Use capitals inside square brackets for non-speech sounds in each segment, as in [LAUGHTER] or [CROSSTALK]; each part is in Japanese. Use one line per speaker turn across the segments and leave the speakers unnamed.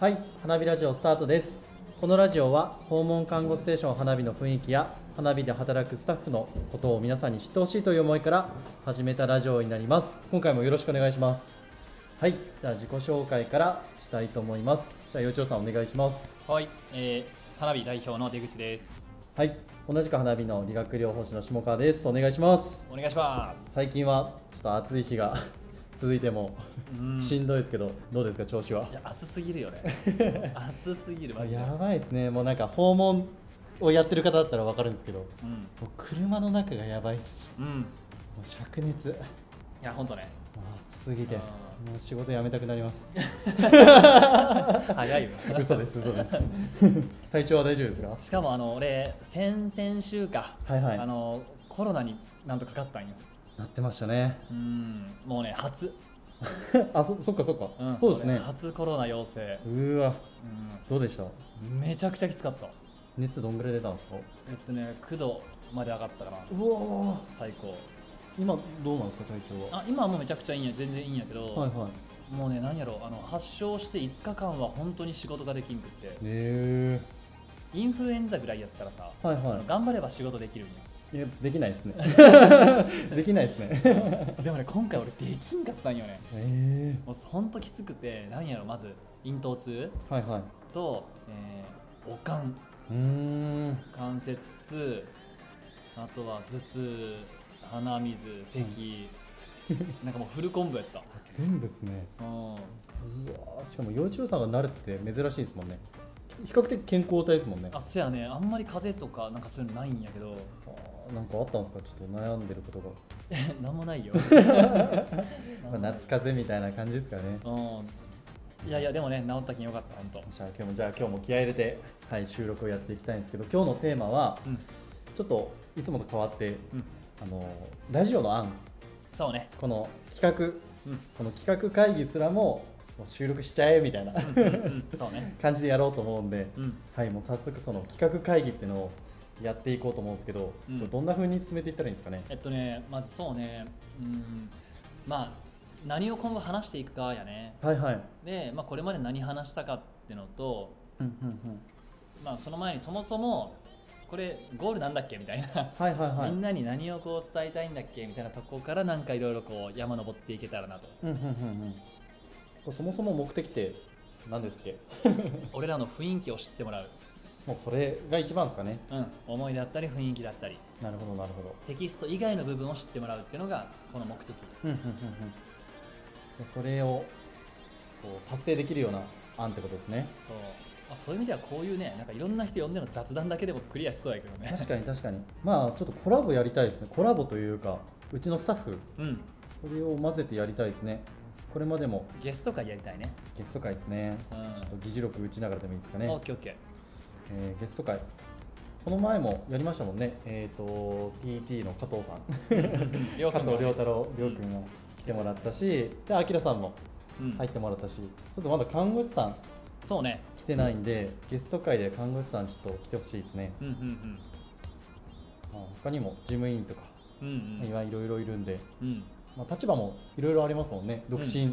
はい、花火ラジオスタートです。このラジオは訪問看護ステーション花火の雰囲気や花火で働くスタッフのことを皆さんに知ってほしいという思いから始めたラジオになります。今回もよろしくお願いします。はい、じゃあ自己紹介からしたいと思います。じゃあ幼鳥さんお願いします。
はい、えー、花火代表の出口です。
はい、同じく花火の理学療法士の下川です。お願いします。
お願いします。
最近はちょっと暑い日が [LAUGHS] 続いても
うん。
しんどいですけど、どうですか調子はい
や暑すぎる
[LAUGHS]
よね。暑すぎるマジで。
やばいですね。もうなんか訪問をやってる方だったらわかるんですけど。
うん、
もう車の中がやばいっす
うん、い
もう灼熱もう
や本
[LAUGHS]
当ね。
暑すぎて
あ
もう仕事辞めたくなります [LAUGHS]
早いよ。
嘘です嘘です [LAUGHS] 体調は大丈夫ですか
しかもあの俺先々週か、
はいはい
あのコロナになんとかかったんよ。
なってました [LAUGHS] ね
うん、もうね初。
あそそっかそっか、
ん
そうです
俺
ね
初コロナ陽性。
うーわ
う
どうでした
ん、めちゃくちゃきつかった。
熱どんぐらい出たんですか
えっとね9度まで上がったかな。
うわ
最高。
今どうなんですか体調は
あ今はもうめちゃくちゃいいんや全然いいんやけど。
はいはい
もうね何やろあの発症して5日間は本当に仕事ができんくって
え
インフルエンザぐらいやったらさ、
ー、はいは
頑張れば仕事できるん
いいやできない [LAUGHS] ですねできないですね [LAUGHS]
[LAUGHS] やでもね今回俺できんかったんよね
え
もうほんときつくて何やろまず咽頭痛
ー、はいはい
と、えー、おかん
うーん
関節痛あとは頭痛鼻水咳、なんかもうフルコンボやった
全部ですね
うん
うわーしかも幼虫さんが慣れてて珍しいですもんね比較的健康体ですもんね
あせやねあんまり風邪とかなんかそういうのないんやけど [LAUGHS]
あーなんかあったんですかちょっと悩んでることが、
なんも [LAUGHS] ないよなん
ま
も
あ、
ない
夏風邪みたいな感じですかね
うん。いやいや、でもね、治ったきんよかった、本当。
じゃあ今日もじゃあ今日も気合い入れて、はい、収録をやっていきたいんですけど今日のテーマは
うん。
ちょっといつもと変わって
うん。
あのラジオの案
そうね。
この企
うん。
画この企画会議すらももう収録しちゃえみたいな
うん。そうね。
感じでやろうと思うんで、
うん。
はい、もう早速その企画会議っていうのをやっていこうと思うんですけど、
うん
これどんな風に進めていったらいいんですかね
えっとね、まずそうね、うん。まあ、何を今後話していくかやね。
はいはい
で、まあ、これまで何話したかってのと、
うんうんうん
まあ、その前にそもそも、これ、ゴールなんだっけみたいな。
はいはいはい。
みんなに何をこう伝えたいんだっけみたいなとこからなんかいろいろこう山登っていけたらなと
うんうんうんうん。これそもそも目的って何ですっけ？
俺らの雰囲気を知ってもらう、
もうそれが一番ですかね。
うん、思いだったり雰囲気だったり
なるほどなるほど。
テキスト以外の部分を知ってもらうっていうのがこの目的
うんうんうんうん。それをこう達成できるような案ってことですね。
そうあそういう意味ではこういうねなんかいろんな人呼んでの雑談だけでもクリアしそうやけどね
確かに [LAUGHS] 確かに。まあちょっとコラボやりたいですね。コラボというかうちのスタッフ
[LAUGHS] うん
それを混ぜてやりたいですね。これまでも
ゲスト会やりたいね
ゲスト会ですね。
うん
ちょっと議事録打ちながらでもいいですかね。
オッケーオッケ
えーゲスト会この前もやりましたもんね、えー、と PT の加藤さん
ー両
加
方
藤亮太郎亮君が来てもらったしで明さんも
うん
入ってもらったしちょっとまだ看護師さん
そうね
来てないんでゲスト会で看護師さんちょっと来てほしいですね、
うんうん
まあ他にも事務員とか
うんうんうん
今いろいろいるんで、
うん
まあ、立場もいろいろありますもんね独身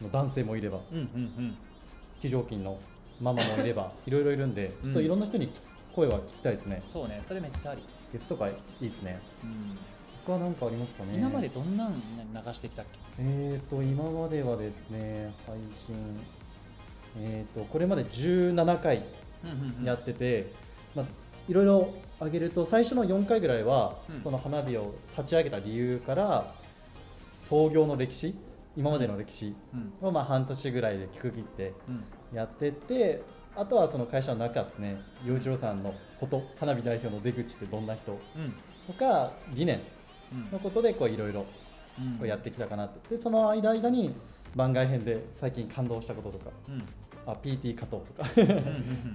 の男性もいれば
うんうん
非常勤のママもいれ
[LAUGHS]
ばいろいろいるんでちょっといろんな人に声は聞きたいですね
うんそうねそれめっちゃあり、
ゲスト会いいですね
うん
他何かありますかね
今までどんなん流してきたっけ
えー、と今まではですね、配信、えー、とこれまで17回
うんうんうん
やってて、まあ、いろいろ挙げると、最初の4回ぐらいは、
うん
その花火を立ち上げた理由から、創業の歴史、今までの歴史
うん
をまあ半年ぐらいで聞く切って
うん
やってて、あとはその会社の中ですね、洋一郎さんのこと、花火代表の出口ってどんな人
うん
とか、理念
うん
のことでこういろいろ
うん
こうやってきたかなってでその間間に番外編で最近感動したこととか
うん
あ PT 加藤とか
うん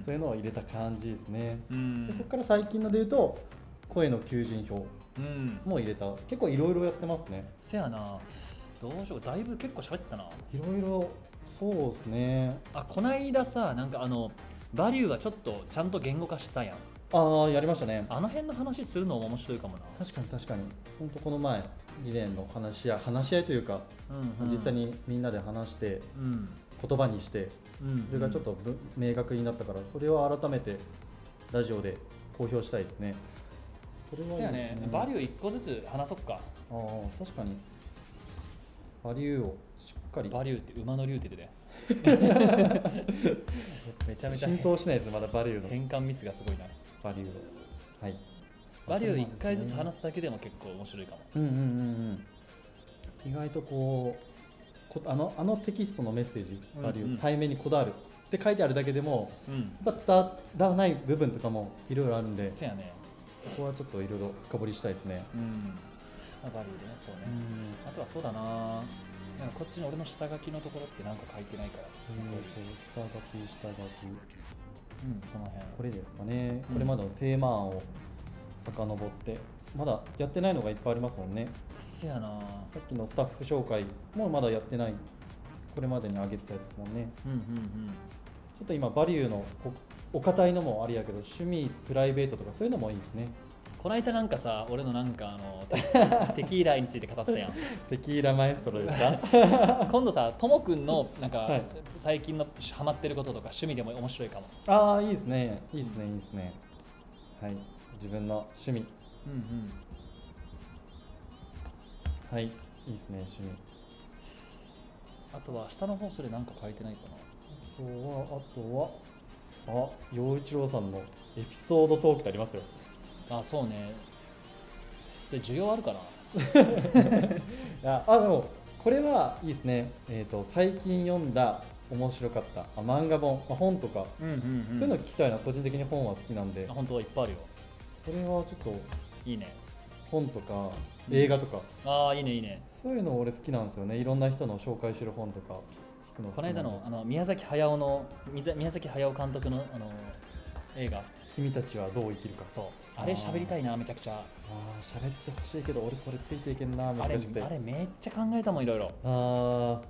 [LAUGHS] うん
そういうのを入れた感じですね
うん
でそこから最近ので言うと声の求人票
うん
も入れた結構いろいろやってますね
せやなどうしようだいぶ結構喋ったない
ろいろそうですね
あこないださなんかあのバリューがちょっとちゃんと言語化したやん
ああやりましたね
あの辺の話するのも面白いかもな
確かに確かに本当この前理念の話し合い話し合いというか、
うんうん
実際にみんなで話して
うん
言葉にして
うん
それがちょっとぶ明確になったからそれを改めてラジオで公表したいですねそれはいい
そう
で
や
す
ね
ね
バリュー1個ずつ話そっか
ああ確かにバリューをしっかり
バリューって馬の竜って言
[LAUGHS]
ってたよめちゃめちゃ
浸透しないですねまだバリューの
変換ミスがすごいな
バリューはい
バリュー1回ずつ
す
話すだけでも結構面白いかも
うんうんうんうん意外とこうこあのあのテキストのメッセージ「
うん
バリュー、
うん
対面にこだわる」って書いてあるだけでも
うん
やっぱ伝わらない部分とかもいろいろあるんで
そうやね
そこはちょっといろいろ深掘りしたいですね。
うんまあバリューでねそうね、あとはそうだななんかこっちの俺の下書きのところってなんか書いてないから、
えーと下書き下書き
うん、その辺
これですかね
うん
これまでのテーマ案を遡ってまだやってないのがいっぱいありますもんね
せやな
さっきのスタッフ紹介もまだやってないこれまでに上げてたやつですもんね
うんうんうん
ちょっと今バリューのおお堅いのもありやけど趣味プライベートとかそういうのもいいですね
この間なんかさ俺のなんかあ [LAUGHS] のテキーラについて語ったや [LAUGHS] ん
テキーラマエストロですか
今度さともくんのなんか、
はい
最近のハマってることとか趣味でも面白いかも、
ああいいですねいいですねいいですねはい自分の趣味
うんうん、
はいいいですね趣味
あとは下の方それなんか書いてないかな
あとはあとはあ陽一郎さんのエピソードトークってありますよ
あそうねそれ需要あるかな
ああでもこれはいいですね、えー、と最近読んだ面白かったあ漫画本、まあ、本とか、
うんう
そ
ん、
ういうの聞きたいな個人的に本は好きなんで
あ本当はいっぱいあるよ
それはちょっと
いいね
本とか
うん
映画とか、
ああいいねいいね
そういうの俺好きなんですよねいろんな人の紹介してる本とか聞くの好
こ
き
の
なんで
間のあの宮崎駿のみざ宮崎駿監督のあの映画
君たちはどう生きるか
そうあれ
あー
喋りたいなめちゃくちゃ
あー喋ってほしいけど俺それついていけんな
あれ
難しくて
あれめっちゃ考えたもんいろいろ
あ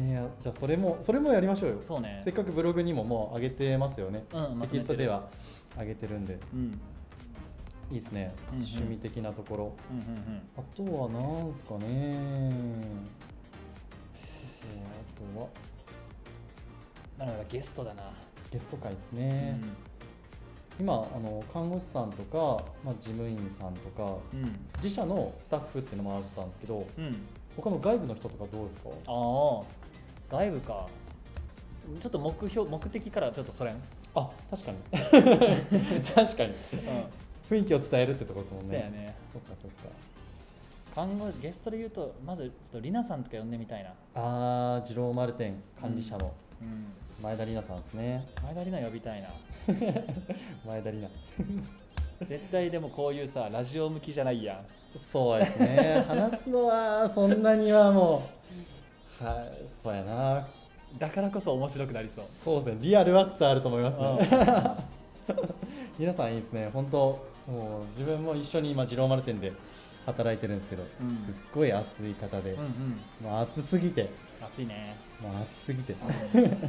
ーいやじゃあそれもそれもやりましょうよ
そうね
せっかくブログにももう上げてますよね、
うんまとめて
テ
る
キストでは上げてるんで
うん
いいですね、
うんうん
趣味的なところ
うんうんうん
あとはなんすかねえーあとは
なのでゲストだな、
ゲスト会ですね、今あの看護師さんとか、まあ、事務員さんとか
うんうん
自社のスタッフっていうのもあったんですけど
うん
他の外部の人とかどうですか
ああ外部かちょっと目標目的からちょっ
[LAUGHS]
とそれん、
あ確かに [LAUGHS] 確かに
うん、
雰囲気を伝えるってとこですもん
そうや
ね
ね
そっかそっか
看護ゲストで言うとまずちょっとリナさんとか呼んでみたいな、
あー二郎丸店管理者の
うん、
前田里奈さんですね、
前田リナ呼びたいな
前田里奈
絶対でもこういうさラジオ向きじゃないやん
そうですね話すのはそんなにはもうはいそうやな
だからこそ面白くなりそう
そうですねリアルは伝わると思いますね
う
皆さんいいですね本当もう自分も一緒に今二郎丸店で働いてるんですけど、
うん
すっごい熱い方で、
んうん
もう熱すぎて
暑い [LAUGHS] ね
もう熱すぎて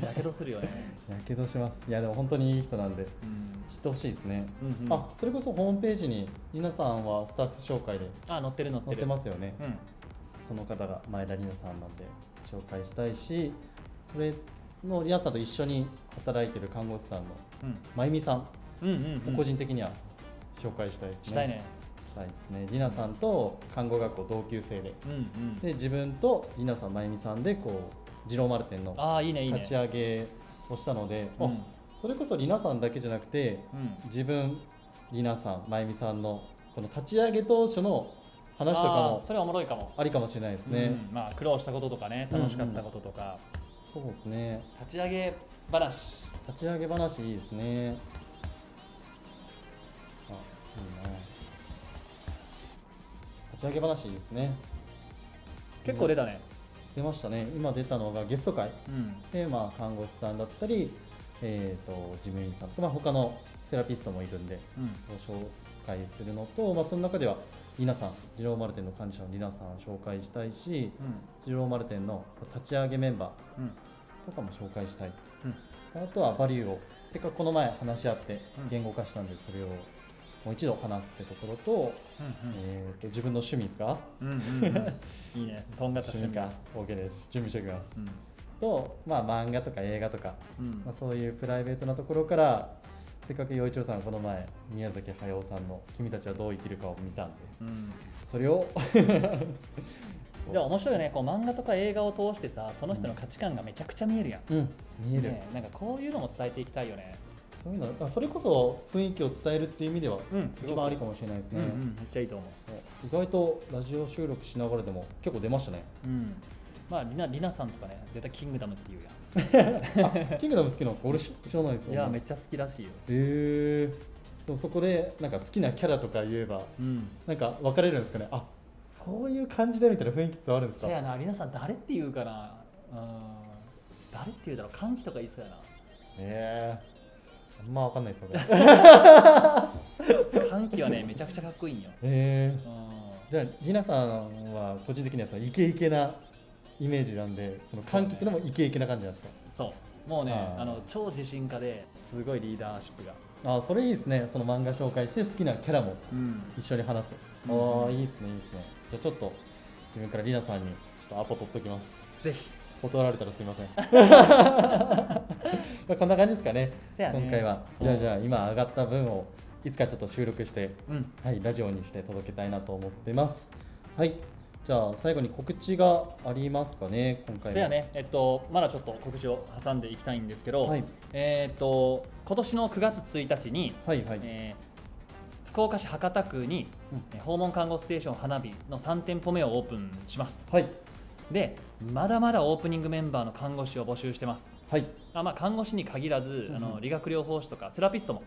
や
やけどするよね、
けどしますいやでも本当にいい人なんで
うん
知ってほしいですね、
うんうん、
あそれこそホームページにりなさんはスタッフ紹介で
あ乗ってる乗ってる
載ってますよね
うん
その方が前田里奈さんなんで紹介したいしそれの里奈さんと一緒に働いてる看護師さんのまゆみさん
うんうんうん、う
を
ん、
個人的には紹介したいですね。
したいね
したいですね。里奈さんと看護学校同級生で
うんうん
で自分と里奈さんまゆみさんでこう二郎丸店の
ああいいねいいね
立ち上げをしたので、あ
うん
それこそ里奈さんだけじゃなくて
うん
自分里奈さんまゆみさんのこの立ち上げ当初の話とか
あー
も
それはおもろいかも
ありかもしれないですね。
うんまあ苦労したこととかね楽しかったこととか、
そうですね。
立ち上げ話
立ち上げ話いいですねあいいな立ち上げ話いいですね
結構出たね
出ましたね今出たのがゲスト会
うん
で、まあ、看護師さんだったり、えー、と事務員さんとか、まあ、他のセラピストもいるんで
うん
ご紹介するのと、まあ、その中ではりなさん二郎丸店の管理者のりなさんを紹介したいし二郎丸店の立ち上げメンバー
うん
とかも紹介したい
うん
あとはバリューをせっかくこの前話し合って
うん
言語化したんでそれをもう一度話すってところと,、えー、と自分の趣味ですか
[LAUGHS] うんうんうんうんいいねとんがった
趣味
瞬間
か OK です準備しておきます
うん
と、まあ、漫画とか映画とか、
うん
まあ、そういうプライベートなところからせっかく陽一郎さんがこの前宮崎駿さんの「君たちはどう生きるか」を見たんで
うん
それを
でも面白いよねこう漫画とか映画を通してさその人の価値観がめちゃくちゃ見えるやん、
うん見える、
ね、なんかこういうのも伝えていきたいよね
そういうのあそれこそ雰囲気を伝えるっていう意味では
うんすごく
一番ありかもしれないですね、
めっちゃいいと思う
意外とラジオ収録しながらでも結構出ましたね
うんまありなりなさんとかね絶対キングダムって言うやん
キングダム好きなんですか俺し知らないですよ
いやめっちゃ好きらしいよ
へえでもそこでなんか好きなキャラとか言えば
うん
なんか分かれるんですかねあそういう感じでみたいな雰囲気伝わるんです
そ
か
やなりなさん誰って言うかなうん誰って言うだろう歓喜とか言いそうやな [LAUGHS]
ええあんま分かんないですよね
歓喜はねめちゃくちゃかっこいいんよ
え
う
え
ん
じゃあひなさんは個人的にはそのイケイケなイメージなんでその歓喜ってのもイケイケな感じなんですか
そうもうね
あー
あの超自信家ですごいリーダーシップが
あそれいいですねその漫画紹介して好きなキャラも
うん
一緒に話す
うん
ああいいですねいいですねじゃあちょっと自分からりなさんにちょっとアポ取っておきます
ぜひ
断られたらすみ
[LAUGHS]
ませんまあこんな感じですかね
せやね
今回は
うん
じゃあじゃあ今上がった分をいつかちょっと収録して
うん
はいラジオにして届けたいなと思ってますはいじゃあ最後に告知がありますかね今回は
せやねえっとまだちょっと告知を挟んでいきたいんですけど、
はい
えーっと今年の9月1日に、
はいはい、
えー福岡市博多区に、
うん
えー訪問看護ステーション花火の3店舗目をオープンします
はい
でまだまだオープニングメンバーの看護師を募集してます
はい
あ、まあ、看護師に限らず
うん
あ
う
の
ん
理学療法士とかセラピストも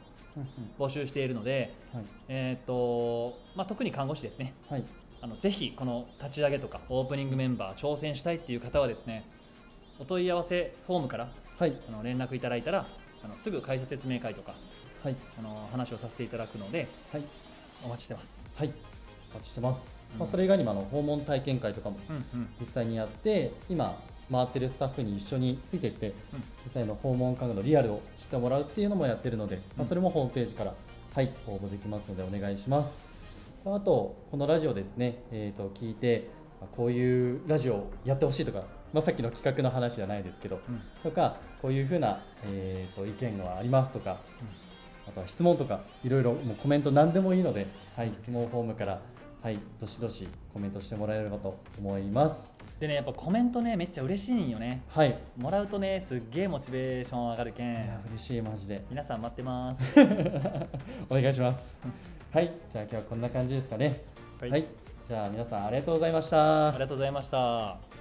募集しているので、
はい
えーっとまあ、特に看護師ですね
はい
あのぜひこの立ち上げとかオープニングメンバー挑戦したいっていう方はですねお問い合わせフォームから
はい
あの連絡いただいたらあのすぐ会社説明会とか
はい
あの話をさせていただくので
はい
お待ちしてます。
はいお待ちしてます、
うん
まあ、それ以外にもあの訪問体験会とかも
うんうん
実際にやって今回ってるスタッフに一緒についていって、実際の訪問看護のリアルを知ってもらうっていうのもやってるので、まあ、それもホームページから、はい、応募できますのでお願いしますあとこのラジオですね、えー、と聞いてまあこういうラジオをやってほしいとか、まあ、さっきの企画の話じゃないですけど
うん
とかこういうふうな、えー、と意見がありますとかあとは質問とかいろいろもうコメント何でもいいので、はい、質問フォームから、はい、どしどしコメントしてもらえればと思います。
でねやっぱコメントねめっちゃ嬉しいんよね
はい、
もらうとねすっげえモチベーション上がるけ
いや
ん
嬉しいマジで
皆さん待ってます [LAUGHS]
お願いします。はい、じゃあ今日はこんな感じですかね。はい、じゃあ皆さんありがとうございました。
ありがとうございました